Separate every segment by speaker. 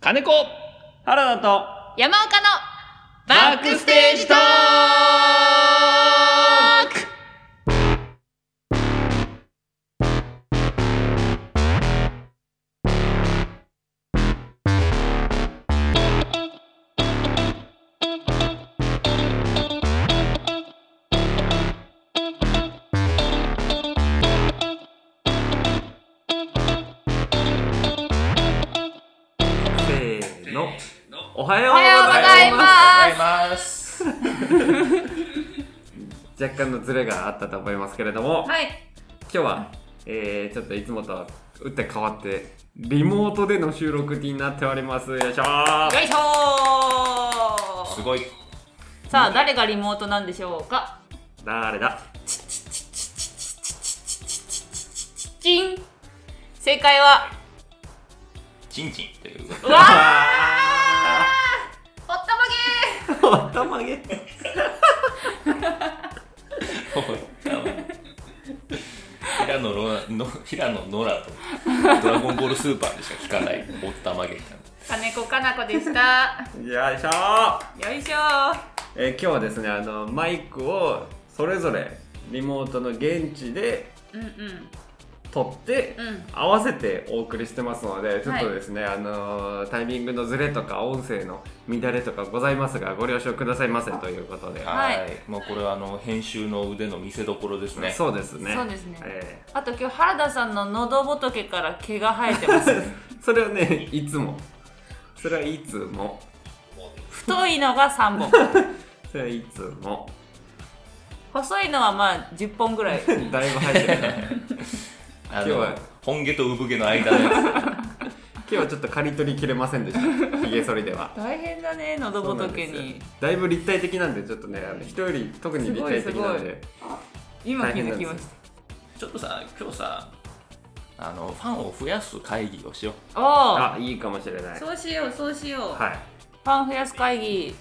Speaker 1: 金子
Speaker 2: 原田と
Speaker 3: 山岡の
Speaker 1: バックステージトーク
Speaker 2: せーのおはよう
Speaker 3: おはようご
Speaker 2: ご
Speaker 3: ざ
Speaker 2: ざ
Speaker 3: い
Speaker 2: い
Speaker 3: ま
Speaker 2: ますす若干のズレがあったと思いますけれども、
Speaker 3: はい
Speaker 2: 今日は、えー、ちょっといつもとは打って変わってリモートでの収録になっておりますよいしょー
Speaker 3: よいしょ
Speaker 1: す
Speaker 3: ー
Speaker 1: ごい
Speaker 3: さあ誰がリモートなんでしょうか
Speaker 2: 誰だ
Speaker 3: チン正解は
Speaker 1: チンチンという
Speaker 3: うわ
Speaker 2: あ
Speaker 3: ーおったまげー
Speaker 2: ーお頭げ
Speaker 1: 平野ロラの平野ノ ラとドラゴンボールスーパーでしか聞かないおったまげた
Speaker 3: 金子かなこでした
Speaker 2: よいしょー
Speaker 3: よいしょー
Speaker 2: えー今日はですねあのマイクをそれぞれリモートの現地で
Speaker 3: うんうん
Speaker 2: 撮って、
Speaker 3: うん
Speaker 2: 合わせてお送りしてますのでちょっとですね、あのータイミングのズレとか音声の乱れとかございますがご了承くださいませということで、
Speaker 3: はい
Speaker 1: はいもうこれはあの編集の腕の見せ所ですね
Speaker 2: そうですね
Speaker 3: そうですね
Speaker 2: え
Speaker 3: あと今日原田さんの喉仏から毛が生えてます
Speaker 2: ー それはねいつもそれはいつも
Speaker 3: 太いのが3本
Speaker 2: それはいつも
Speaker 3: 細いのはまあ10本ぐらい
Speaker 2: だいぶ入ってる
Speaker 1: あ
Speaker 2: 今日
Speaker 1: の
Speaker 2: は
Speaker 1: 本毛と産毛の間のや
Speaker 2: 今日はちょっと刈り取りきれませんでしたひげ剃りでは
Speaker 3: 大変だね喉
Speaker 2: そうなん
Speaker 3: 仏
Speaker 2: ですよ
Speaker 3: に
Speaker 2: だいぶ立体的なんでちょっとねあの人より特に立体的なん
Speaker 3: すごいすごい
Speaker 2: で
Speaker 3: 今気づきま
Speaker 2: 大変なん
Speaker 3: し
Speaker 2: です
Speaker 1: つちょっとさ今日さあのファンを増やす会議をしよう
Speaker 3: たお
Speaker 2: あいいかもしれな
Speaker 3: お
Speaker 2: い
Speaker 3: そうしようそうしよう、
Speaker 2: はい
Speaker 3: ファン増やす会議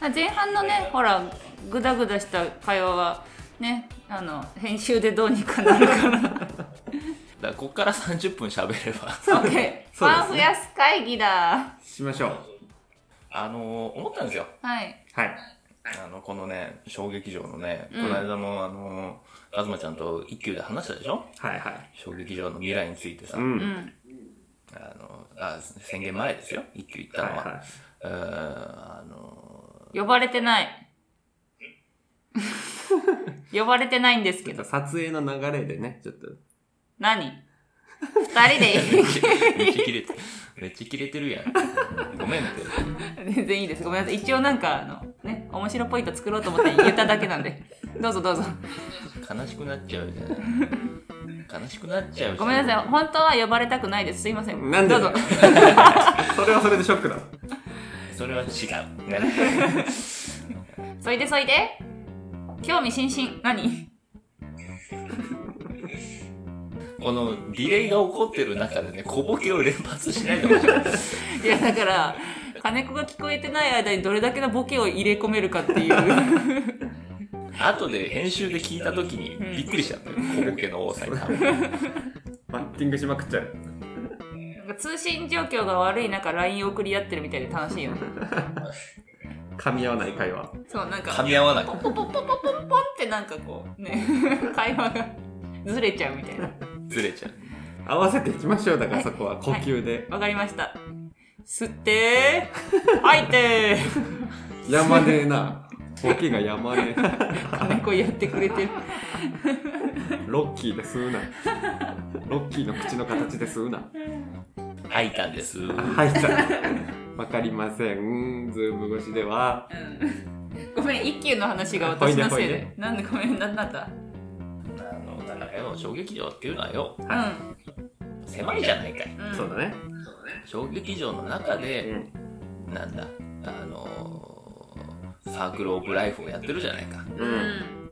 Speaker 3: あ前半のねほらグダグダした会話はねあの編集でどうにかなる から
Speaker 1: だからこっから30分喋れば
Speaker 3: OK、フ
Speaker 2: そうですね
Speaker 3: ァン増やす会議だ
Speaker 2: しましょう
Speaker 1: あの思ったんですよ
Speaker 3: はい
Speaker 2: はい
Speaker 1: あのこのね小劇場のね、
Speaker 3: う
Speaker 1: こ
Speaker 3: ん
Speaker 1: の間もあの東ちゃんと一休で話したでしょ
Speaker 2: はいはい
Speaker 1: 小劇場の未来についてさ、
Speaker 2: うん
Speaker 3: うん
Speaker 1: あのあ宣言前ですよ一休行った
Speaker 2: は
Speaker 1: の
Speaker 2: い
Speaker 1: は、
Speaker 2: は
Speaker 1: うーんあの
Speaker 3: 呼ばれてない 呼ばれてないんです
Speaker 2: いち
Speaker 3: け
Speaker 2: ょっと
Speaker 3: ど
Speaker 2: 撮影の流れでねちょっと
Speaker 3: 何二人でいい
Speaker 1: めっちゃキレてめっちゃキレてるやんごめんって
Speaker 3: 全然いいですごめんなさい一応なんかあのね面白ポイント作ろうと思って言っただけなんでどうぞどうぞ
Speaker 1: 悲しくなっちゃうじゃん悲しくなっちゃうじゃ
Speaker 3: ごめんなさい本当は呼ばれたくないですすいません
Speaker 2: なんで
Speaker 3: どうぞ
Speaker 2: それはそれでショックだ
Speaker 1: それは違うね
Speaker 3: そいでそいで興味津々何
Speaker 1: このディレイが起こってる中でね小ボケを連発しないでほしい
Speaker 3: いやだから金子が聞こえてない間にどれだけのボケを入れ込めるかって いう
Speaker 1: 後で編集で聞いた時にびっくりしちゃったよ小ボケの多さに多分
Speaker 2: バッティングしまくっちゃう
Speaker 3: なんか通信状況が悪い中 LINE 送り合ってるみたいで楽しいよね
Speaker 2: 噛み合わない会話
Speaker 3: そうなん
Speaker 1: 噛
Speaker 3: か
Speaker 1: み合わなく
Speaker 3: ポンポンポンポンポンポンってなんかこうね 会話がずれちゃうみたいな
Speaker 1: ずれちゃう
Speaker 2: 合わせていきましょうだからそこは呼
Speaker 3: はい
Speaker 2: 吸で
Speaker 3: わかりました吸って吐いて
Speaker 2: やまねえなボケがやまねえ
Speaker 3: 金子やってくれてる
Speaker 2: ロッキーで吸うなロッキーの口の形で吸うな
Speaker 1: 吐いたんです
Speaker 2: はいさわかりませんズーム越しでは
Speaker 3: ごめん一休の話が私のせい
Speaker 2: ほいで
Speaker 3: でなんでごめんなんだった
Speaker 1: あのだからよ小劇場っていうのはよ
Speaker 2: は
Speaker 1: 狭いじゃないかい
Speaker 3: うん、うん、
Speaker 2: そうだね
Speaker 1: 小劇場の中
Speaker 2: う
Speaker 1: で、
Speaker 2: ん
Speaker 1: なんだあのーサークル・オブ・ライフをやってるじゃないか
Speaker 2: う
Speaker 3: うんん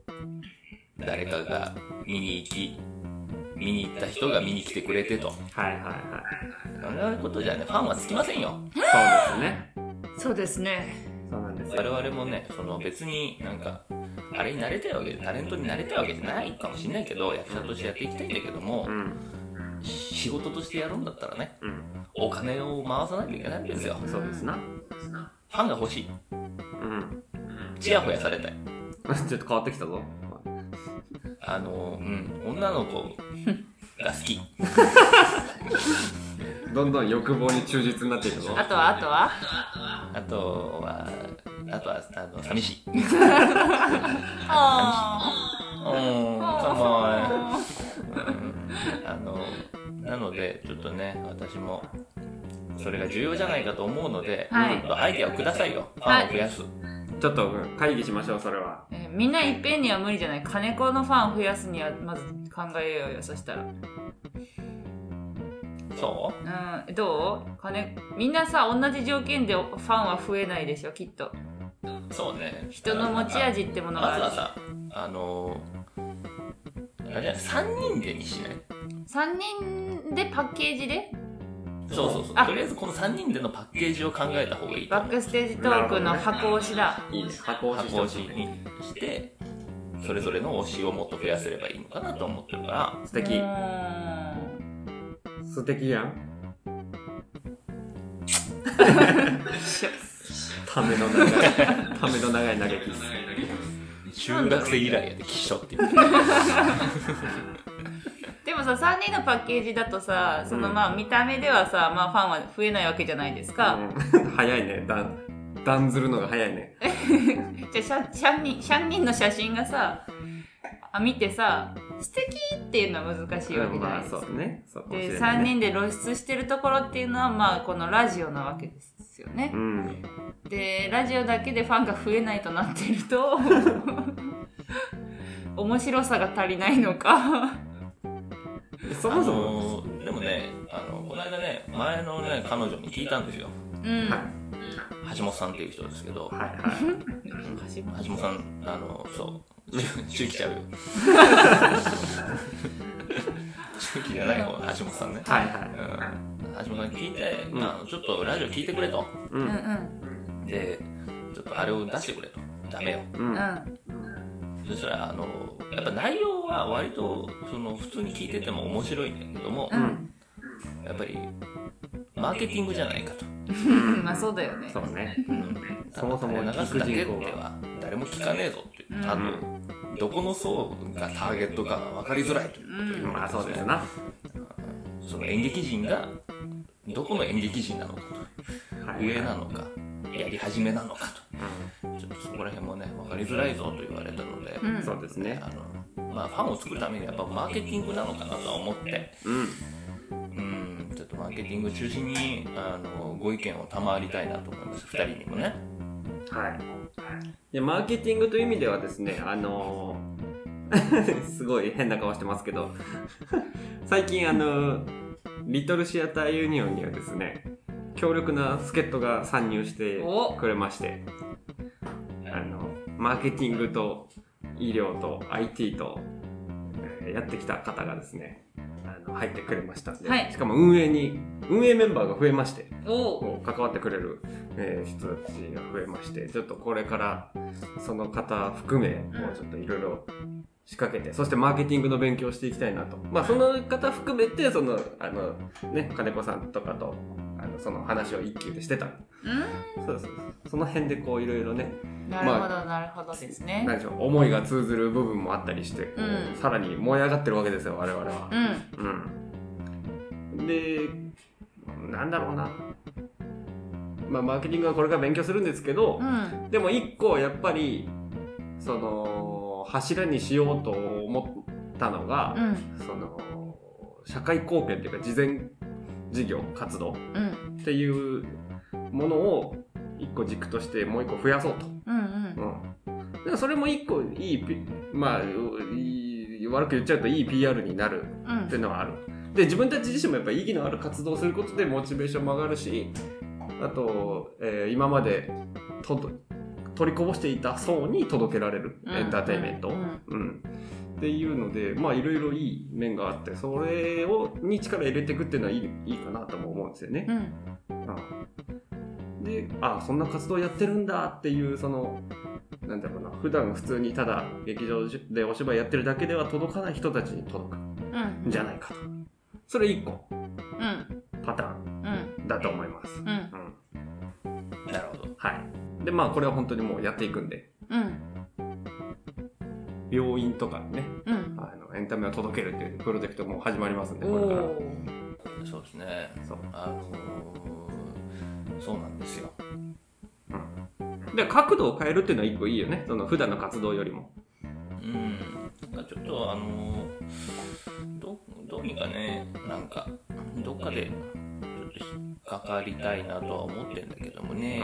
Speaker 1: 誰かが見に行き見に行った人が見に来てくれてと
Speaker 2: はいはいは
Speaker 1: そんなことじゃねファンはつきませんよ
Speaker 2: いそうですね
Speaker 3: そうですね
Speaker 2: そうなんです
Speaker 1: 我
Speaker 2: よ
Speaker 1: 々もねその別になんかあれに慣れたいわけでタレントになれたいわけじゃないかもしれないけど役者としてやっていきたいんだけども
Speaker 2: うん
Speaker 1: 仕事としてやるんだったらね
Speaker 2: うん
Speaker 1: お金を回さなきゃいけないんですよ
Speaker 2: そうですな
Speaker 1: ファンが欲しい
Speaker 2: うん
Speaker 1: ちやほやされたい
Speaker 2: ちょっと変わってきたぞ
Speaker 1: あのうん女の子が好き
Speaker 2: どんどん欲望に忠実になっていくぞ
Speaker 3: あとはあとは
Speaker 1: あとはあとはあの寂しい
Speaker 3: あ
Speaker 1: うん
Speaker 3: あ
Speaker 1: かわいいあのなのでちょっとね私もそれが重要じゃないかと思うので、
Speaker 3: はい
Speaker 1: ちょっとアイディアをくださいよファンを増やす、
Speaker 2: ちょっとうん会議しましょうそれは
Speaker 3: えーみんないっぺんには無理じゃない金子のファン増やすにはまず考えようよそしたら
Speaker 1: そう
Speaker 3: うんどう金みんなさ同じ条件でファンは増えないでしょきっと
Speaker 1: そうね
Speaker 3: 人の持ち味ってもの
Speaker 1: まず
Speaker 3: が
Speaker 1: は
Speaker 3: ある
Speaker 1: さあのあれじゃない3人でにしない
Speaker 3: 3人でパッケージで
Speaker 1: そうそうそう
Speaker 3: あ
Speaker 1: とりあえずこの3人でのパッケージを考えた方がいいと
Speaker 3: バ
Speaker 1: 思
Speaker 3: ッ
Speaker 1: う
Speaker 3: クステージトークの箱押しだ、
Speaker 2: いいね箱押し
Speaker 1: 箱押し
Speaker 2: してほしい
Speaker 1: にしてそれぞれの推しをもっと増やせればいいのかなと思ってるから
Speaker 2: 素敵
Speaker 3: うーん
Speaker 2: 素敵や ん
Speaker 3: しょ
Speaker 2: ための長いための長い投げキッス
Speaker 1: 中学生以来やで気象っていう
Speaker 3: でもさ3人のパッケージだとさその
Speaker 2: うん
Speaker 3: まあ見た目ではさ、まあ、ファンは増えないわけじゃないですか、
Speaker 2: うん早いねだ断ずるのが早いね
Speaker 3: じゃあシャシャンニンシャンニンの写真がさあ見てさ素敵っていうのは難しいわけじゃな
Speaker 2: ま
Speaker 3: い
Speaker 2: あ
Speaker 3: ですか、
Speaker 2: そうねそうかもし
Speaker 3: で
Speaker 2: れない
Speaker 3: 3
Speaker 2: ね
Speaker 3: 人で露出してるところっていうのはまあこのラジオなわけですよね
Speaker 2: う、ん
Speaker 3: でラジオだけでファンが増えないとなってる と面白さが足りないのか
Speaker 2: そもそ
Speaker 1: あ
Speaker 2: も
Speaker 1: のーでもねあのこの間ね前のね彼女に聞いたんですよ
Speaker 3: うん、
Speaker 2: はい
Speaker 1: 橋本さんっていう人ですけど
Speaker 2: はいはい
Speaker 3: 昔も
Speaker 1: 橋本さんあのそう周期ちゃうよ周期じゃない方橋本さんね、
Speaker 2: はいはい
Speaker 1: うん、橋本さん聞いて、
Speaker 2: うん
Speaker 1: あのちょっとラジオ聞いてくれと
Speaker 2: う
Speaker 3: うんうんん
Speaker 1: でちょっとあれを出してくれとダメよ
Speaker 2: う
Speaker 3: うんんうん
Speaker 1: そしたらあのやっぱ内容は割とその普通に聞いてても面白いんだけども、
Speaker 3: うん、
Speaker 1: やっぱりマーケティングじゃないかと、
Speaker 3: まあそうだよね
Speaker 2: そうね
Speaker 1: うん
Speaker 2: そもそも
Speaker 1: 流
Speaker 2: 聞
Speaker 1: す
Speaker 2: く
Speaker 1: だけで
Speaker 2: 人口が
Speaker 1: は誰も聞かねえぞって、
Speaker 3: うん
Speaker 1: あとどこの層がターゲットか分かりづらいといううん
Speaker 2: まあそうですなは
Speaker 1: その演劇人がどこの演劇人なのかと
Speaker 2: い
Speaker 1: 上なのかやり始めなのか
Speaker 2: う
Speaker 1: とちょっとそこら辺もね分かりづらいぞと言われたので、
Speaker 3: うん
Speaker 2: んそうですね
Speaker 1: あのまあ、ファンを作るためにやっぱマーケティングなのかなとは思って
Speaker 2: うん
Speaker 1: うんちょっとマーケティング中心にあのご意見を賜りたいなと思います2人にもね
Speaker 2: はい、でマーケティングという意味ではですね、あのー すごい変な顔してますけど 最近あのーリトルシアターユニオンにはですね強力な助っ人が参入して
Speaker 3: お
Speaker 2: くれましてあのマーケティングと医療と IT と、えーやってきた方がですねあの入ってくれましたんで、
Speaker 3: はい
Speaker 2: しかも運営に運営メンバーが増えまして
Speaker 3: おう
Speaker 2: こう関わってくれる、えー人たちが増えましてちょっとこれからその方含めもうちょっといろいろ仕掛けてそしてマーケティングの勉強をしていきたいなとまあその方含めてそのあのね金子さんとかとあのその話を一級でしてた
Speaker 3: う
Speaker 2: そうそうそうその辺でこういろいろね
Speaker 3: んなるほど、なるほどですね
Speaker 2: 何でしょう思いが通ずる部分もあったりして、こう
Speaker 3: うん
Speaker 2: さらに燃え上がってるわけですよ我々は
Speaker 3: う。ん
Speaker 2: うん、でなんだろうな、まあ、マーケティングはこれから勉強するんですけど
Speaker 3: う、ん
Speaker 2: でも一個やっぱりその柱にしようと思ったのが
Speaker 3: う、ん
Speaker 2: その社会貢献というか慈善事業活動
Speaker 3: うん
Speaker 2: っていうものを一個軸としてもう一個増やそうと。
Speaker 3: うんうん
Speaker 2: うん、でもそれも一個いい、P、まあいい悪く言っちゃうといい PR になる
Speaker 3: うん
Speaker 2: っていうのはあるで自分たち自身もやっぱ意義のある活動をすることでモチベーションも上がるしあと、えー今までとど取りこぼしていた層に届けられる
Speaker 3: うん
Speaker 2: エンターテインメント、
Speaker 3: う
Speaker 2: うんんっていうのでまあいろいろいい面があってそれをに力入れていくっていうのはいいいいかなとも思うんですよね
Speaker 3: う。ん
Speaker 2: うんであそんな活動やってるんだっていうそのなんだろうな普段普通にただ劇場でお芝居やってるだけでは届かない人たちに届く
Speaker 3: うん
Speaker 2: じゃないかと。それ1個
Speaker 3: うん
Speaker 2: パター
Speaker 3: うん
Speaker 2: ンだと思います。
Speaker 3: う
Speaker 2: うんん。
Speaker 1: なるほど
Speaker 2: はい。で、まあこれは本当にもうやっていくんで、
Speaker 3: うん
Speaker 2: 病院とかにね、
Speaker 3: うん
Speaker 2: あのエンタメを届けるっていうプロジェクトも始まりますんで、
Speaker 3: お
Speaker 2: これから。
Speaker 3: お
Speaker 1: そうですね
Speaker 2: そう。
Speaker 1: あのーそうなんですよ
Speaker 2: で、角度を変えるっていうのは1個いいよね。その普段の活動よりも。
Speaker 1: うんなんかちょっとあのーどどうにかねなんかどっかでちょっと引っかかりたいなとは思ってるんだけども
Speaker 2: う
Speaker 1: ね、
Speaker 2: ん。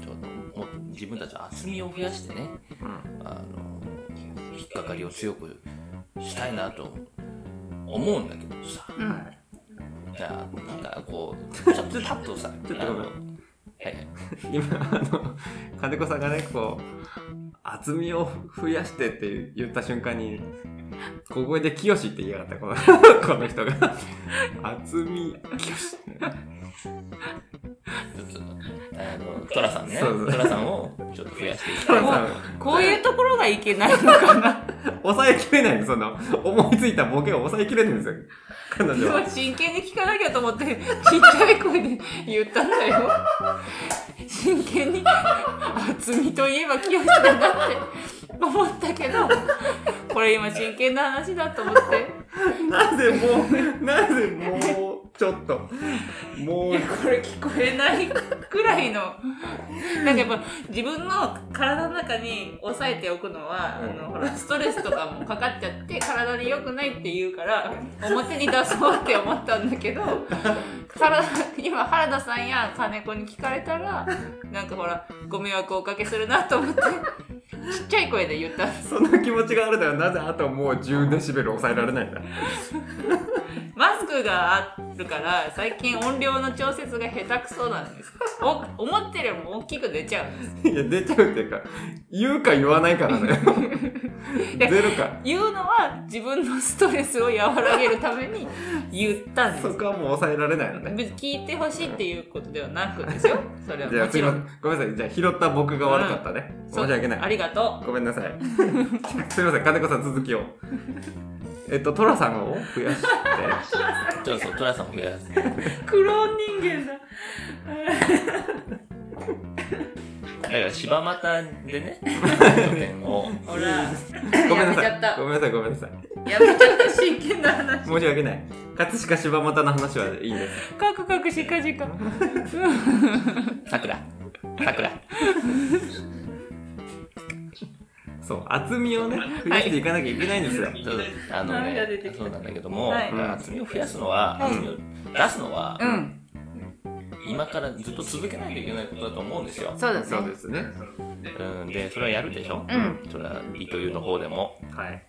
Speaker 1: ちょっともっと自分たちの厚みを増やしてね
Speaker 2: うん。
Speaker 1: あの引っかかりを強くしたいなと思うんだけどさ
Speaker 3: うん
Speaker 2: はい
Speaker 1: じゃあなんかこ うちょっとたっとさ
Speaker 2: ちょっとごめん
Speaker 1: あのはい
Speaker 2: 今あの金子さんがねこう厚みを増やしてって言った瞬間に小声で「清」って言いやがったこの この人が厚み清
Speaker 1: ちょっとあのトラさんね
Speaker 2: そうそう
Speaker 1: トラさんをちょっと増やしていきた
Speaker 2: ト
Speaker 1: い
Speaker 2: ラ
Speaker 1: な
Speaker 2: さ
Speaker 1: と
Speaker 2: ん
Speaker 3: こういうところがいけないのかな
Speaker 2: 抑えきれないのその思いついたボケを抑えきれないんですよ彼女は
Speaker 3: 今真剣に聞かなきゃと思ってちっちゃい声で言ったんだよ真剣に厚みといえば清だなって思ったけどこれ今真剣な話だと思って
Speaker 2: なぜもうなぜもうちょっとも
Speaker 3: いうやこれ聞こえないくらいのなんかやっぱ自分の体の中に抑えておくのは、
Speaker 2: うん
Speaker 3: あのほらストレスとかもかかっちゃって体に良くないって言うから表に出そうって思ったんだけど体今原田さんや金子に聞かれたらなんかほらご迷惑をおかけするなと思ってちっちゃい声で言った
Speaker 2: その気持ちがあるならなぜあともう10デシベル抑えられないんだ
Speaker 3: マスクがあるから最近音量の調節が下手くそなんですお思ってるよりも大きく出ちゃうんです
Speaker 2: いや出ちゃうっていうか言うか言わないかなのよ
Speaker 3: や
Speaker 2: 出るか
Speaker 3: 言うのは自分のストレスを和らげるために言ったんです
Speaker 2: そこはもう抑えられないのね。
Speaker 3: 別に聞いてほしいっていうことではなくですよそれは
Speaker 2: じゃ
Speaker 3: も
Speaker 2: あす
Speaker 3: ち
Speaker 2: い
Speaker 3: ろ
Speaker 2: ま
Speaker 3: ん
Speaker 2: せん。ごめんなさい。じゃあ拾った僕が悪かったね。
Speaker 3: そう
Speaker 2: 申し訳な
Speaker 3: あ
Speaker 2: い。
Speaker 3: りがと
Speaker 2: ごめんなさい。すいません。金子さん続きを。えっと、トラさんを増やして。
Speaker 1: ちょっとそうトラさんを増やす
Speaker 3: うクローン人間だ
Speaker 1: だから柴又でね拠点を
Speaker 3: ほらや
Speaker 2: ごめんな
Speaker 3: めち
Speaker 2: さ
Speaker 3: ゃっ
Speaker 2: い。
Speaker 3: た
Speaker 2: ごめんなさい。ごめんなさい。
Speaker 3: やめちゃった真剣な話
Speaker 2: 申し訳ない。葛飾柴又の話はいいんです。
Speaker 3: カクカクシカジカ
Speaker 1: さくらさくら
Speaker 2: そう。厚みをね、増やしていかなきゃいけないんですよ。
Speaker 1: そうあの
Speaker 3: 涙
Speaker 1: ね
Speaker 3: 出てきた
Speaker 1: そうなんだけども、
Speaker 3: はい
Speaker 1: 厚みを増やすのは、
Speaker 3: はい
Speaker 1: 厚みを出すのは、
Speaker 3: うん
Speaker 1: 今からずっと続けないといけないことだと思うんですよ。
Speaker 3: そうだね
Speaker 2: そうですね。
Speaker 1: うん、でそれはやるでしょ、
Speaker 3: う
Speaker 1: それはリトユの方でも
Speaker 2: はい。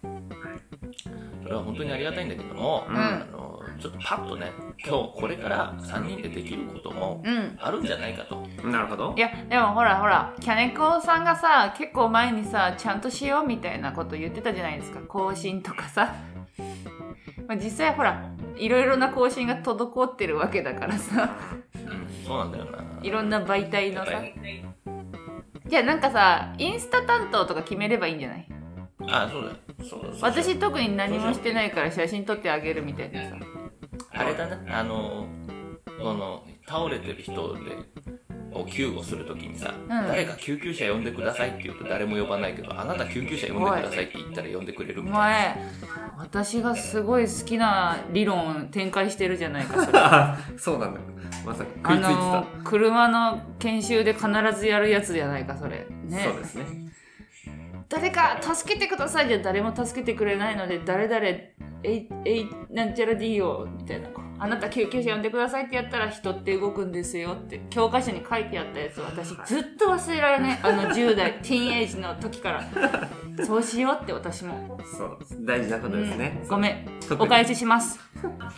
Speaker 1: それは本当にありがたいんだけども、
Speaker 2: うん
Speaker 1: あのちょっとパッとね今日これから3人でできることも
Speaker 3: うん
Speaker 1: あるんじゃないかと、
Speaker 2: なるほど
Speaker 3: い。やでもほらほらキャネコさんがさ結構前にさちゃんとしようみたいなこと言ってたじゃないですか更新とかさ、まあ、実際ほらいろいろな更新が滞ってるわけだからさ
Speaker 1: うん、そうなんだよない
Speaker 3: ろんな媒体のさ
Speaker 1: 媒
Speaker 3: じゃあなんかさインスタ担当とか決めればいいんじゃない
Speaker 1: あそうだよそうそうそう
Speaker 3: 私特に何もしてないから写真撮ってあげるみたいなさ
Speaker 1: あれだねあのこの倒れてる人でを救護するときにさ、誰か救急車呼んでくださいって言うと誰も呼ばないけどあなた救急車呼んでくださいって言ったら呼んでくれる
Speaker 3: お
Speaker 1: みたいな
Speaker 3: 前私がすごい好きな理論を展開してるじゃないかそれ
Speaker 2: そうなんだ。まさ
Speaker 3: あ
Speaker 2: か食いついて
Speaker 3: の車の研修で必ずやるやつじゃないかそれね
Speaker 2: た。そうですね。
Speaker 3: 誰か助けてくださいじゃ誰も助けてくれないので誰々えいえいなんちゃら D をみたいなあなた救急車呼んでくださいってやったら人って動くんですよって教科書に書いてあったやつ私ずっと忘れられないあの10代 ティーンエイジの時からそうしようって私も、
Speaker 2: そう。大事なことですね
Speaker 3: うん。ごめん
Speaker 2: 特に
Speaker 3: お返しします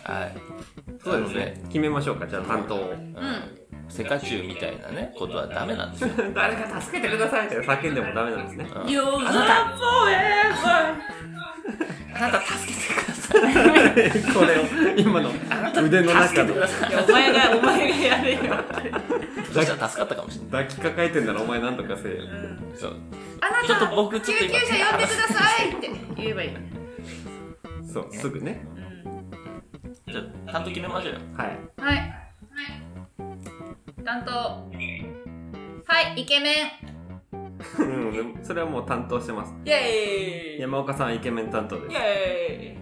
Speaker 1: はい
Speaker 2: そうですね。決めましょうか。じゃあ担当を。
Speaker 1: なので、うん、セカチュウみたいなねことはダメなんですよ
Speaker 2: 誰か助けてくださいって叫んでもダメなんですね。
Speaker 1: うん
Speaker 3: You are
Speaker 1: あなた助けてくださ
Speaker 2: これを今の腕の
Speaker 1: い助け
Speaker 2: 中
Speaker 1: て
Speaker 2: の
Speaker 1: ください
Speaker 3: お前がお前がやれよ
Speaker 1: そしたら助かったかもしれない
Speaker 2: 抱きかかえてんならお前なんとかせえよ。
Speaker 1: そう
Speaker 3: あなた
Speaker 1: ちょっと僕ちょっと
Speaker 3: 救
Speaker 1: 今
Speaker 3: 急車呼んでくださいって言えばいい。
Speaker 2: そう、すぐね。
Speaker 1: ちじゃあ担当決めましょうよ
Speaker 2: はい。
Speaker 3: はい。はい。担当。はい、イケメン。
Speaker 2: うんでもそれはもう担当してます。
Speaker 3: イェーイ。
Speaker 2: 山岡さんイケメン担当で
Speaker 3: イ
Speaker 2: す。
Speaker 3: ェー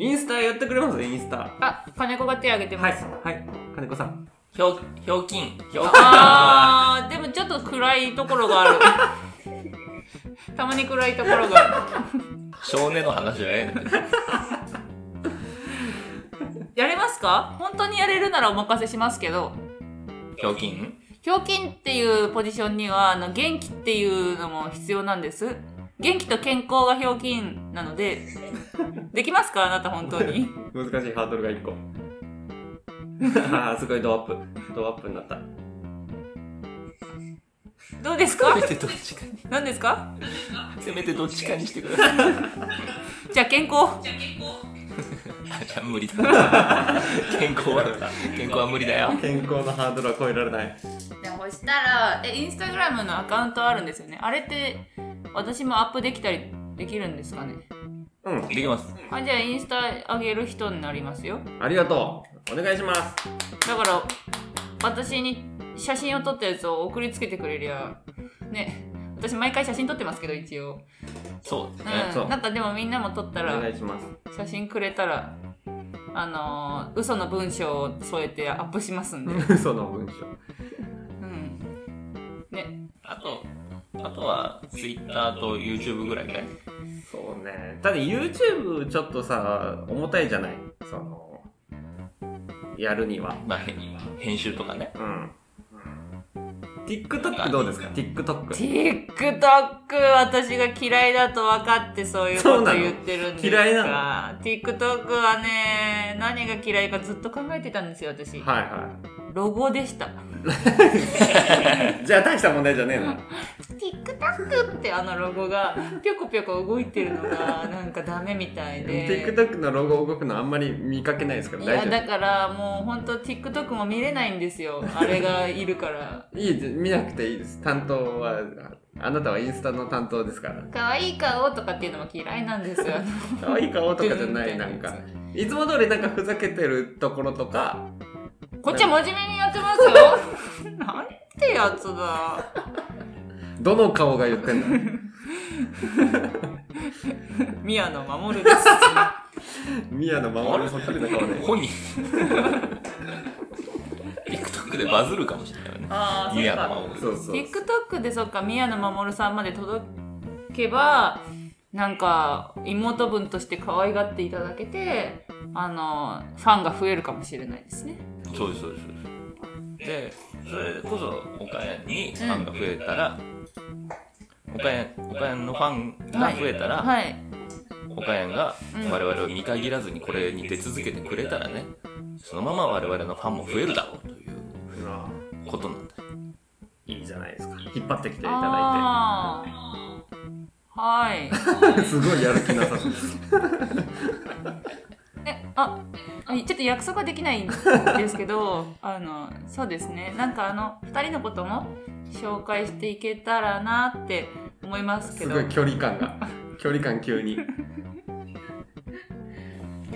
Speaker 3: イ。
Speaker 2: インスタやってくれますインスタ。は
Speaker 3: あ、金子が手挙げて
Speaker 2: い。
Speaker 3: ます。
Speaker 2: はい。金子さん。
Speaker 1: ひょうひょうきんひょうきん
Speaker 3: あー、でもちょっと暗いところ がある。たまに暗いところがある。
Speaker 1: 少年の話じゃないの
Speaker 3: やれますか本当にやれるならお任せしますけど。
Speaker 1: ひょうきん
Speaker 3: ひょうきんっていうポジションにはあの元気っていうのも必要なんです元気と健康がひょうきんなのでできますかあなた本当 に
Speaker 2: 難しいハードルが1個。 あーすごいドアップ。ドアップになった。
Speaker 3: どうですか
Speaker 1: せめてどっちかに
Speaker 3: 何ですか
Speaker 1: せめてどっちかにしてください
Speaker 3: じゃあ健康
Speaker 1: あじゃあ 無理だ健康は健康は無理だよ
Speaker 2: 健康のハードルは超えられない。
Speaker 3: でもそしたらえインスタグラムのアカウントあるんですよねあれって私もアップできたりできるんですかね
Speaker 2: うん。
Speaker 1: できます
Speaker 3: あじゃあインスタ上げる人になりますよ
Speaker 2: ありがとう。お願いします。
Speaker 3: だから私に写真を撮ったやつを送りつけてくれりゃね私毎回写真撮ってますけど一応
Speaker 1: そうですね、
Speaker 2: そう
Speaker 3: うん、なんかでもみんなも撮った
Speaker 2: お
Speaker 3: ら
Speaker 2: 願いします。
Speaker 3: 写真くれたらあのー、嘘の文章を添えてアップしますんで、
Speaker 2: その文章。
Speaker 3: うん、ね
Speaker 1: あとあとは Twitter と YouTube ぐらいね
Speaker 2: そうね。ただ YouTube ちょっとさ、重たいじゃないその、やるには。
Speaker 1: まあへ編集とかね
Speaker 2: うん。TikTok どうですか ?TikTok。
Speaker 3: TikTok 私が嫌いだと分かってそういうこ
Speaker 2: そう
Speaker 3: と
Speaker 2: なの
Speaker 3: 言ってるんですが
Speaker 2: 嫌いな
Speaker 3: TikTok はね何が嫌いかずっと考えてたんですよ私、
Speaker 2: はいは
Speaker 3: ロゴでした
Speaker 2: い。じゃあ大した問題じゃねえな。
Speaker 3: TikTok ってあのロゴがぴょこぴょこ動いてるのがなんかダメみたいで
Speaker 2: TikTok のロゴ動くのあんまり見かけないですから
Speaker 3: い
Speaker 2: 大
Speaker 3: やだ
Speaker 2: 丈
Speaker 3: からもう本当 TikTok も見れないんですよあれがいるから
Speaker 2: 夫。いいです見なくていいです。担当は、ああなたはインスタの担当ですから。
Speaker 3: 可愛い顔とかっていうのも嫌いなんです よ
Speaker 2: 可愛い顔とかじゃない、なん か。いつも通りなんかふざけてるところとか、
Speaker 3: こっちは真面目にやってますよ なんてやつだ
Speaker 2: どの顔が言ってん だ
Speaker 3: 宮野守るです
Speaker 2: 宮野真守そっくりな顔で。
Speaker 1: 本人 TikTok でバズるかもしれないよね
Speaker 3: あー
Speaker 1: ニアの守る
Speaker 2: そうそう。
Speaker 3: TikTok でそっか宮野真守さんまで届けばなんか妹分として可愛がっていただけてあのファンが増えるかもしれないですね
Speaker 1: そうですそうですそうですでそれこそ岡谷にファンが増えたら、岡谷岡谷のファンが増えたら、
Speaker 3: はい
Speaker 1: 岡谷が
Speaker 3: うん
Speaker 1: 我々を見限らずにこれに出続けてくれたらねそのまま我々のファンも増えるだろうという
Speaker 2: うわ
Speaker 1: ことなんだ
Speaker 2: いいじゃないですか。引っ張ってきていただ
Speaker 3: あーはい
Speaker 2: い て。すごいやる気なさそうです。
Speaker 3: えああちょっと約束はできないんですけどあのそうですねなんかあの2人のことも紹介していけたらなって思いますけ
Speaker 2: す
Speaker 3: ど
Speaker 2: ごい距離感が。 距離感急に。
Speaker 1: い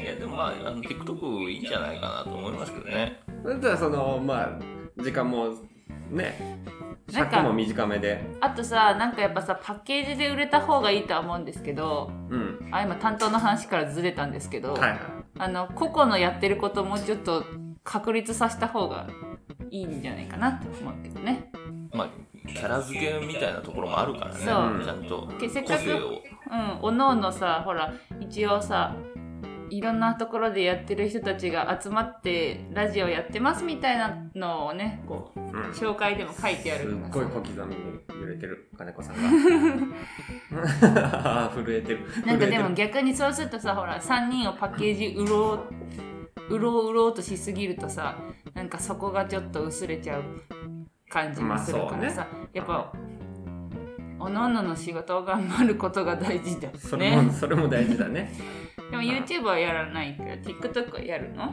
Speaker 1: やでもまああの TikTok いいんじゃないかなと思いますけどね
Speaker 2: それとはその、まあ、時間も、ね、
Speaker 3: なんか
Speaker 2: 尺も短めで。
Speaker 3: あとさなんかやっぱさパッケージで売れた方がいいとは思うんですけど
Speaker 2: うん。
Speaker 3: あ今担当の話からずれたんですけど、
Speaker 2: はいはい。
Speaker 3: あの個々のやってることもちょっと確立させた方がいいんじゃないかなと思うけどね。
Speaker 1: まあキャラ付けみたいなところもあるからねち
Speaker 3: そう
Speaker 1: ゃんと
Speaker 3: けせっ
Speaker 1: 個
Speaker 3: か
Speaker 1: 性
Speaker 3: く
Speaker 1: を
Speaker 3: うん、おのおのさほら一応さいろんなところでやってる人たちが集まってラジオやってますみたいなのをねこう
Speaker 2: うん。すっ
Speaker 3: 紹介でも書いてあるのが
Speaker 2: ごい
Speaker 3: さ
Speaker 2: 小刻みに揺れてる金 子さんが震えてる
Speaker 3: なんかでも
Speaker 2: 震えてる
Speaker 3: 逆にそうするとさほら3人をパッケージ売ろう売ろう売ろうとしすぎるとさなんかそこがちょっと薄れちゃう感じもするからさ、やっぱおのおのの仕事を頑張ることが大事だ
Speaker 2: それも、
Speaker 3: ね
Speaker 2: それも大事だね
Speaker 3: でも YouTube はやらないけど TikTok はやるの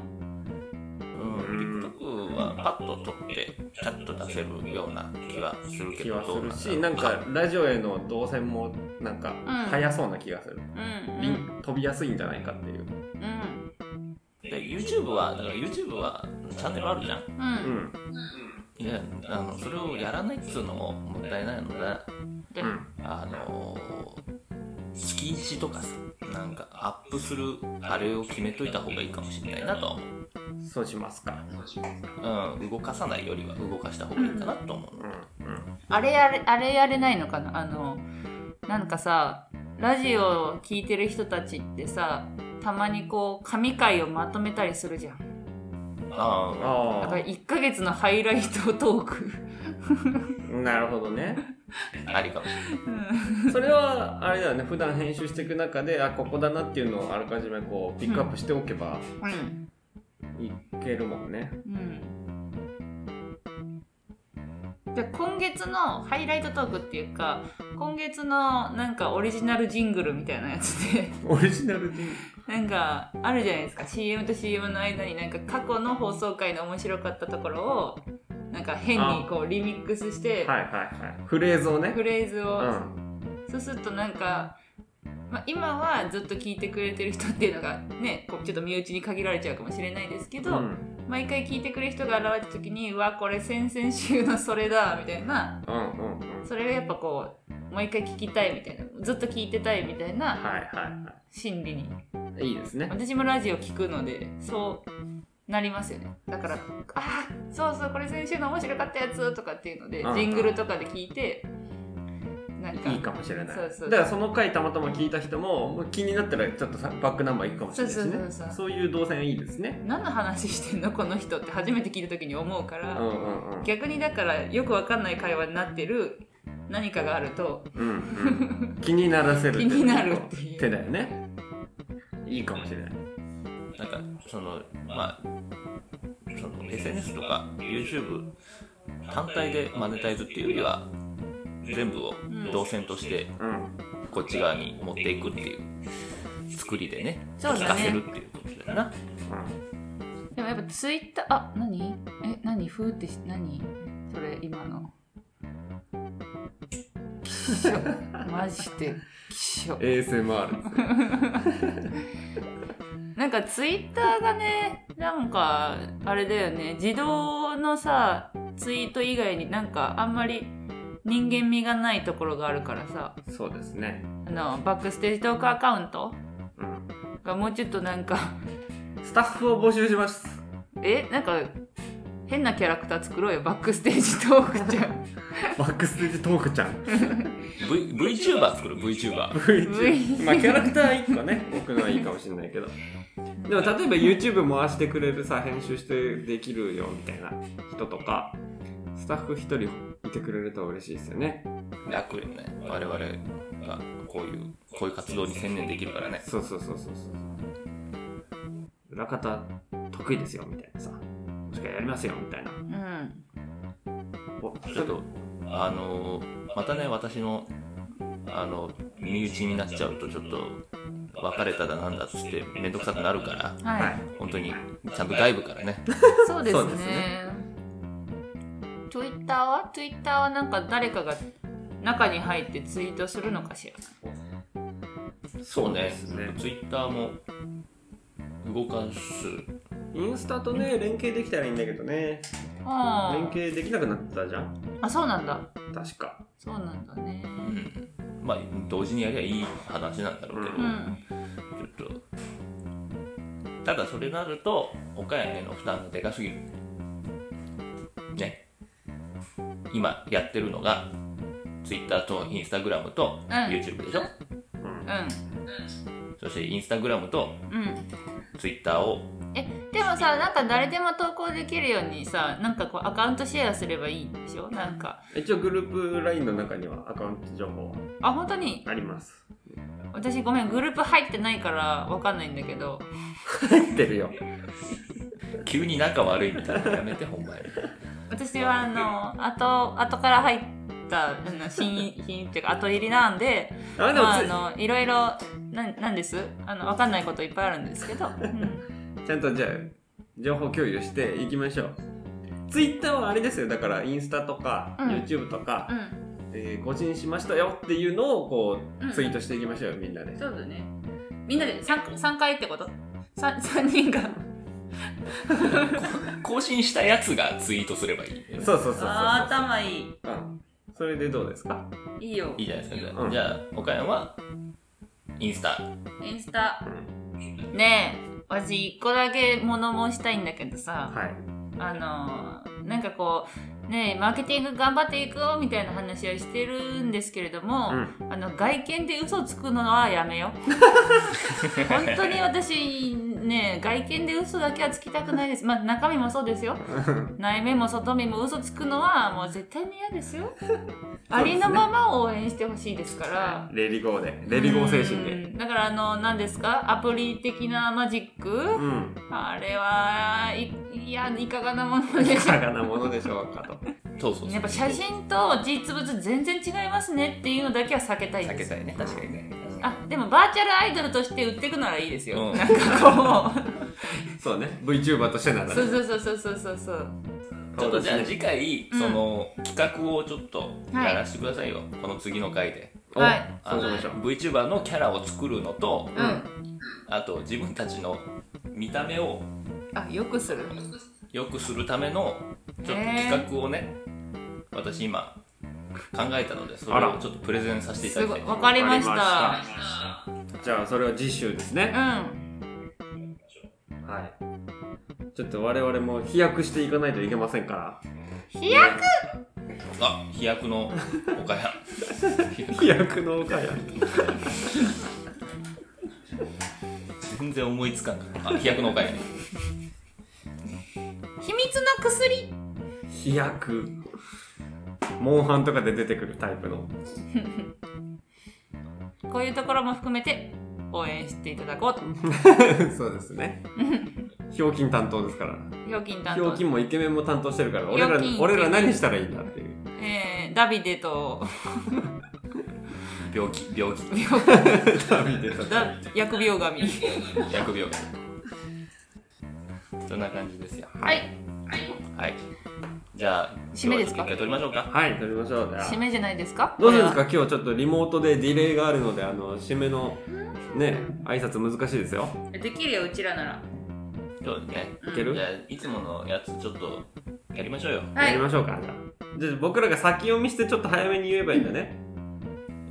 Speaker 1: うん、TikTok はパッと撮ってチャッと出せるような気はするけ
Speaker 2: 気
Speaker 1: ど
Speaker 2: はするし
Speaker 1: どう
Speaker 2: なん
Speaker 1: だろう
Speaker 2: かラジオへの動線もなんか
Speaker 3: ん
Speaker 2: 早そうな気がする、
Speaker 3: うん
Speaker 2: リン飛びやすいんじゃないかっていう
Speaker 3: うん
Speaker 1: YouTube はだから YouTube はチャンネルあるじゃん
Speaker 3: う。
Speaker 2: うんん
Speaker 1: いやあのそれをやらないっつうのももったいないので
Speaker 3: で
Speaker 2: う
Speaker 3: うんん。
Speaker 1: あのー、月1とかさなんかアップするあれを決めといた方がいいかもしれないなとは思
Speaker 2: そうしますか
Speaker 1: う、うん、動かさないよりは動かした方がいいかなと思う、
Speaker 2: うんうん
Speaker 3: あれやれ、あれやれないのかなあの、なんかさ、ラジオを聞いてる人たちってさ、たまにこう、神回をまとめたりするじゃん。
Speaker 1: あ
Speaker 3: だ
Speaker 2: あ
Speaker 3: から1ヶ月のハイライトトーク。
Speaker 2: あなるほどね
Speaker 1: あありかもしれない
Speaker 3: うん
Speaker 2: それはあれだよね普段編集していく中であここだなっていうのをあらかじめこうピックアップしておけば
Speaker 3: うん。
Speaker 2: いけるもんね
Speaker 3: うん。で今月のハイライトトークっていうか今月のなんかオリジナルジングルみたいなやつで
Speaker 2: オリジナルで
Speaker 3: なんかあるじゃないですか CM と CM の間になんか過去の放送回の面白かったところをなんか変にこうリミックスして
Speaker 2: はいはいはいフレーズをね
Speaker 3: フレーズ
Speaker 2: う
Speaker 3: を、
Speaker 2: ん
Speaker 3: そうするとなんか、まあ、今はずっと聞いてくれてる人っていうのがねこうちょっと身内に限られちゃうかもしれないですけど、
Speaker 2: うん
Speaker 3: 毎回聞いてくれる人が現れた時に「うわこれ先々週のそれだ」みたいな
Speaker 2: うんうんうん
Speaker 3: それがやっぱこうもう一回聞きたいみたいなずっと聞いてたいみたいな
Speaker 2: はいは
Speaker 3: 心理に
Speaker 2: いはいいいですね
Speaker 3: 私もラジオ聞くのでそうなりますよねだから「あーそうそうこれ先週の面白かったやつ」とかっていうので
Speaker 2: うん
Speaker 3: ジングルとかで聞いてなんか
Speaker 2: いいかもしれない
Speaker 3: そうそう
Speaker 2: だからその回たまたま聞いた人ももう気になったらちょっとさバックナンバー行くかもしれないしね
Speaker 3: そうそうそうそう
Speaker 2: いう動線いいですね
Speaker 3: 何の話してんの この人って初めて聞いた時に思うか
Speaker 2: う
Speaker 3: ら、
Speaker 2: んうんうん
Speaker 3: 逆にだからよくわかんない会話になってる何かがあると
Speaker 2: うんうん、気にならせるっていう
Speaker 3: 気になるっていう
Speaker 2: 手だよねいいかもしれない
Speaker 1: なんかそのまあその SNS とか YouTube 単体でマネタイズっていうよりは全部を動線として
Speaker 2: うん
Speaker 1: こっち側に持っていくっていう作りでね
Speaker 3: そうだね
Speaker 1: 聞かせるっていうことだな
Speaker 3: でもやっぱツイッターあ何え何ふーってし何それ今のきっし ょマジできっしょ
Speaker 2: ASMR ですね
Speaker 3: なんかツイッターがねなんかあれだよね自動のさツイート以外になんかあんまり人間味がないところがあるからさ
Speaker 2: そうですね
Speaker 3: あのバックステージトークアカウント
Speaker 2: うん
Speaker 3: がもうちょっとなんか
Speaker 2: スタッフを募集します
Speaker 3: えなんか変なキャラクター作ろうよバックステージトークちゃん
Speaker 2: バックステージトークちゃん
Speaker 1: v VTuber 作る VTuber
Speaker 2: VTuber まあキャラクター1個ね置くのはいいかもしれないけどでも例えば YouTube 回してくれるさ編集してできるよみたいな人とかスタッフ1人いてくれると嬉しいですよね
Speaker 1: 楽よね我々がこういうこういう活動に専念できるからね
Speaker 2: そうそうそうそうそう裏方得意ですよみたいなさもしかやりますよみたいな
Speaker 3: うん
Speaker 2: お
Speaker 1: ちょっとあのまたね私のあの身内になっちゃうとちょっと別れただなんだっつって面倒くさくなるから
Speaker 3: はい、
Speaker 2: はい
Speaker 1: 本当にちゃんと外部からね
Speaker 3: そうです
Speaker 2: そうです
Speaker 3: ね Twitter は Twitter はなんか誰かが中に入ってツイートするのかしら
Speaker 1: そうね
Speaker 2: ですね
Speaker 1: Twitter も動かす
Speaker 2: インスタとね連携できたらいいんだけどね
Speaker 3: あ
Speaker 2: 連
Speaker 3: ー
Speaker 2: 携できなくなったじゃん
Speaker 3: あそうなんだ
Speaker 2: 確か
Speaker 3: そうなんだね
Speaker 1: うんまあ同時にやりゃいい話なんだろうけど、
Speaker 3: うん
Speaker 1: ちょっとただそれになると岡谷への負担がでかすぎるね今やってるのが Twitter と Instagram と
Speaker 3: ん
Speaker 1: YouTube でしょ、
Speaker 2: うん
Speaker 3: う
Speaker 1: そして Instagram と
Speaker 3: んうん
Speaker 1: Twitter を
Speaker 3: えでもさなんか誰でも投稿できるようにさなんかこうアカウントシェアすればいいんでしょなんか
Speaker 2: 一応グループ LINE の中にはアカウント情報は
Speaker 3: あ本当に
Speaker 2: あります
Speaker 3: 私ごめんグループ入ってないからわかんないんだけど
Speaker 2: 入ってるよ
Speaker 1: 急に仲悪いみ たいなのやめてほんまに
Speaker 3: 私はあの後後から入ったあの新品っていうか後入りなんで
Speaker 2: あでも
Speaker 3: まあ、
Speaker 2: つ
Speaker 3: あのいろいろなんなんですあのわかんないこといっぱいあるんですけど、うん
Speaker 2: ちゃんとじゃあ情報共有していきましょう Twitter はあれですよだからインスタとか、
Speaker 3: うん
Speaker 2: YouTube とか、
Speaker 3: うん
Speaker 2: えー更新しましたよっていうのをこ
Speaker 3: う
Speaker 2: うんツイートしていきましょうよみんなで
Speaker 3: そうだねみんなで 3, 三回ってこと 3, 三人が
Speaker 1: 更新したやつがツイートすればいい。
Speaker 2: そうそうそうそう。
Speaker 3: あー頭いい
Speaker 2: うんそれでどうですか
Speaker 3: いいよ
Speaker 1: いいじゃないですか。じゃあ
Speaker 2: うん
Speaker 1: じゃあ、岡山は、インスタ。
Speaker 3: インスタねえ私一個だけ物申したいんだけどさ、
Speaker 2: はい。
Speaker 3: あのなんかこうねえマーケティング頑張っていくよみたいな話をしてるんですけれども、
Speaker 2: う
Speaker 3: あの外見で嘘つくのはやめよ 本当に私ね外見で嘘だけはつきたくないですまあ中身もそうですよ内面も外身も嘘つくのはもう絶対に嫌ですよありのままを応援してほしいですから
Speaker 2: レリゴーで。レリゴー精神
Speaker 3: う
Speaker 2: で。
Speaker 3: んだからあの何ですかアプリ的なマジック、
Speaker 2: うん。
Speaker 3: あれはいいやいかがなもので
Speaker 2: い
Speaker 3: しょ
Speaker 2: かがなものでしょうかと。
Speaker 1: そうそうそう。
Speaker 3: やっぱ写真と実物全然違いますねっていうのだけは避けたい
Speaker 1: 避
Speaker 3: で
Speaker 1: け
Speaker 3: す
Speaker 1: たいね。確かにね。
Speaker 3: あでもバーチャルアイドルとして売っていくならいいですよ、
Speaker 1: うん
Speaker 3: なんかこ
Speaker 2: そうね。VTuber としてな
Speaker 3: う
Speaker 2: ら
Speaker 3: そう
Speaker 2: ね。
Speaker 3: そうそうそうそうそうそう
Speaker 1: ちょっとじゃあ次回、
Speaker 3: うん
Speaker 1: その企画をちょっと
Speaker 3: はい
Speaker 1: やらせてくださいよ。この次の回で。
Speaker 2: お
Speaker 3: はい
Speaker 1: あの
Speaker 2: そうしましょう
Speaker 1: VTuber のキャラを作るのと、
Speaker 3: うん、
Speaker 1: あと自分たちの見た目を
Speaker 3: あよくする
Speaker 1: 良くするためのちょっと企画をね、私今考えたのでそれ
Speaker 2: あ
Speaker 1: を
Speaker 2: ら
Speaker 1: ちょっとプレゼンさせていた
Speaker 3: す
Speaker 1: だきた
Speaker 3: ご
Speaker 1: い
Speaker 3: いわかりました
Speaker 2: わかりましたじゃあそれは次週ですね。
Speaker 3: うん
Speaker 2: はい。ちょっと我々も飛躍していかないといけませんから。
Speaker 3: 飛躍
Speaker 1: あ飛躍の岡山
Speaker 2: 飛躍のおかや。
Speaker 1: 全然思いつかんかったあ飛躍の岡山
Speaker 3: 秘密の薬
Speaker 2: 飛躍。モンハンとかで出てくるタイプの。
Speaker 3: こういうところも含めて応援していただこうと
Speaker 2: そうですね。ひょうきん担当ですから。
Speaker 3: ひょうきん担
Speaker 2: ひょう
Speaker 3: 当
Speaker 2: きんもイケメンも担当してるから、
Speaker 3: ひょ
Speaker 2: 俺
Speaker 3: う
Speaker 2: ら
Speaker 3: きん、
Speaker 2: 俺ら何したらいいんだっていう。
Speaker 3: えーダビデと
Speaker 1: 病気病気
Speaker 2: 旅でた
Speaker 3: だ疫病 神
Speaker 1: 疫病そんな感じですよ
Speaker 3: はい
Speaker 1: はいじゃあ
Speaker 3: 締めですか
Speaker 1: 今日は一回撮りましょうか
Speaker 2: はい、撮りましょう。じゃあ
Speaker 3: 締めじゃないですか
Speaker 2: どうするんですか今日ちょっとリモートでディレイがあるので、あの、締めの、ね、挨拶難しいですよ。
Speaker 3: これはできるようちらなら
Speaker 1: そうですね
Speaker 2: いける
Speaker 1: じゃあいつものやつちょっとやりましょうよ
Speaker 3: は
Speaker 2: や
Speaker 3: い
Speaker 2: りましょうか。じゃあじゃあ僕らが先読みしてちょっと早めに言えばいいんだね。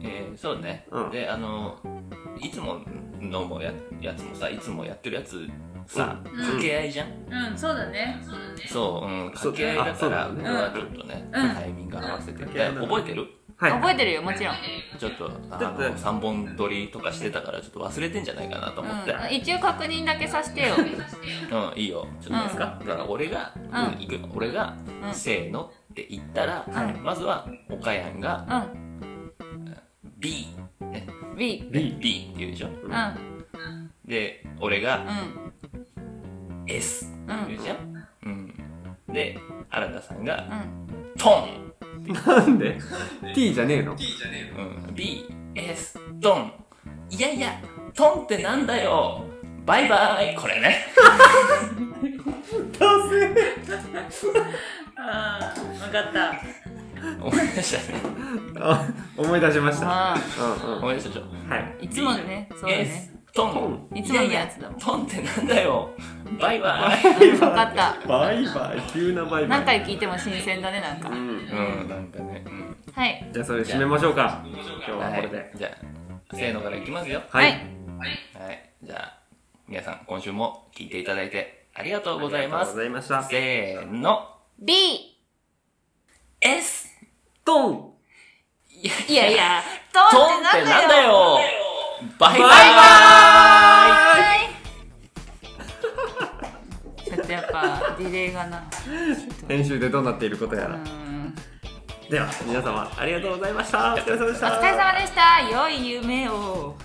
Speaker 1: えー、そうね、
Speaker 2: うん
Speaker 1: であのいつものもややつもさいつもやってるやつさ、
Speaker 3: ん
Speaker 1: 掛け合いじゃん、
Speaker 3: うんそうだね
Speaker 1: そう、うん、
Speaker 2: そう
Speaker 1: 掛け合いだから
Speaker 2: あ
Speaker 1: 僕
Speaker 3: そうだ
Speaker 1: は
Speaker 3: ね
Speaker 1: ちょっとね、
Speaker 3: うん
Speaker 1: タイミング合わせて、
Speaker 2: 掛け合いだね
Speaker 1: 覚えてる
Speaker 2: はい。
Speaker 3: 覚えてるよもちろん、
Speaker 1: ちょっとあ
Speaker 2: ちょっと
Speaker 1: の3本撮りとかしてたからちょっと忘れてんじゃないかなと思って、
Speaker 3: うん、一応確認だけさせてよ
Speaker 1: うんいいよちょっといいですか、だから俺が、
Speaker 3: うん
Speaker 1: いくよ俺が、
Speaker 3: うん
Speaker 1: せーのって言ったら、
Speaker 3: うん
Speaker 1: まずは岡山が
Speaker 3: うん
Speaker 1: B、ね、
Speaker 3: B
Speaker 2: B。
Speaker 1: B って言うでしょ
Speaker 3: うん
Speaker 2: ん
Speaker 3: うん
Speaker 1: で俺が S って
Speaker 3: うん
Speaker 1: 言うじゃん、うん、で原田さんが
Speaker 3: うん
Speaker 1: トン、
Speaker 2: なんで ?T じゃねえの
Speaker 1: うん、BS トンいやいやトンってなんだよバイバイこれね
Speaker 3: ああ分かった
Speaker 1: 思い出したね
Speaker 2: あ、思い出しました。
Speaker 3: あ
Speaker 2: うんうん。
Speaker 1: 思い出したでしょ
Speaker 2: はい。
Speaker 3: ーいつものねそうだ
Speaker 1: S
Speaker 3: ね
Speaker 1: トン
Speaker 3: いつものやつだもん
Speaker 1: トンってなんだよバイバイ
Speaker 3: 分かった
Speaker 2: バイバイ、急なバイバイ。
Speaker 3: 何回聞いても新鮮だねなんか
Speaker 2: うん。
Speaker 1: うんなんかね、うん、
Speaker 3: はい
Speaker 2: じゃあそれ締めましょうか。今日はこれで。
Speaker 1: じゃあせーのからいきますよ
Speaker 3: はい、
Speaker 1: はいじゃあ皆さん今週も聞いていただいてありがとうござい
Speaker 2: ありが
Speaker 1: ま
Speaker 2: とう
Speaker 1: す
Speaker 2: ございました。
Speaker 1: せーの
Speaker 3: B
Speaker 1: S
Speaker 2: トン
Speaker 1: いや
Speaker 3: いやいやト
Speaker 1: トン
Speaker 3: ン
Speaker 1: っ
Speaker 3: ってて
Speaker 1: な
Speaker 3: なんん
Speaker 1: だ
Speaker 3: だよ
Speaker 1: よバイバイ
Speaker 3: ちょっとやっぱディレイがな
Speaker 2: 編集でどうなっていることや
Speaker 3: う
Speaker 2: ら。
Speaker 3: ん
Speaker 2: では、皆様ありがとうございました。お疲れ様でし
Speaker 3: お
Speaker 2: た。
Speaker 3: 疲れ様でした良い夢を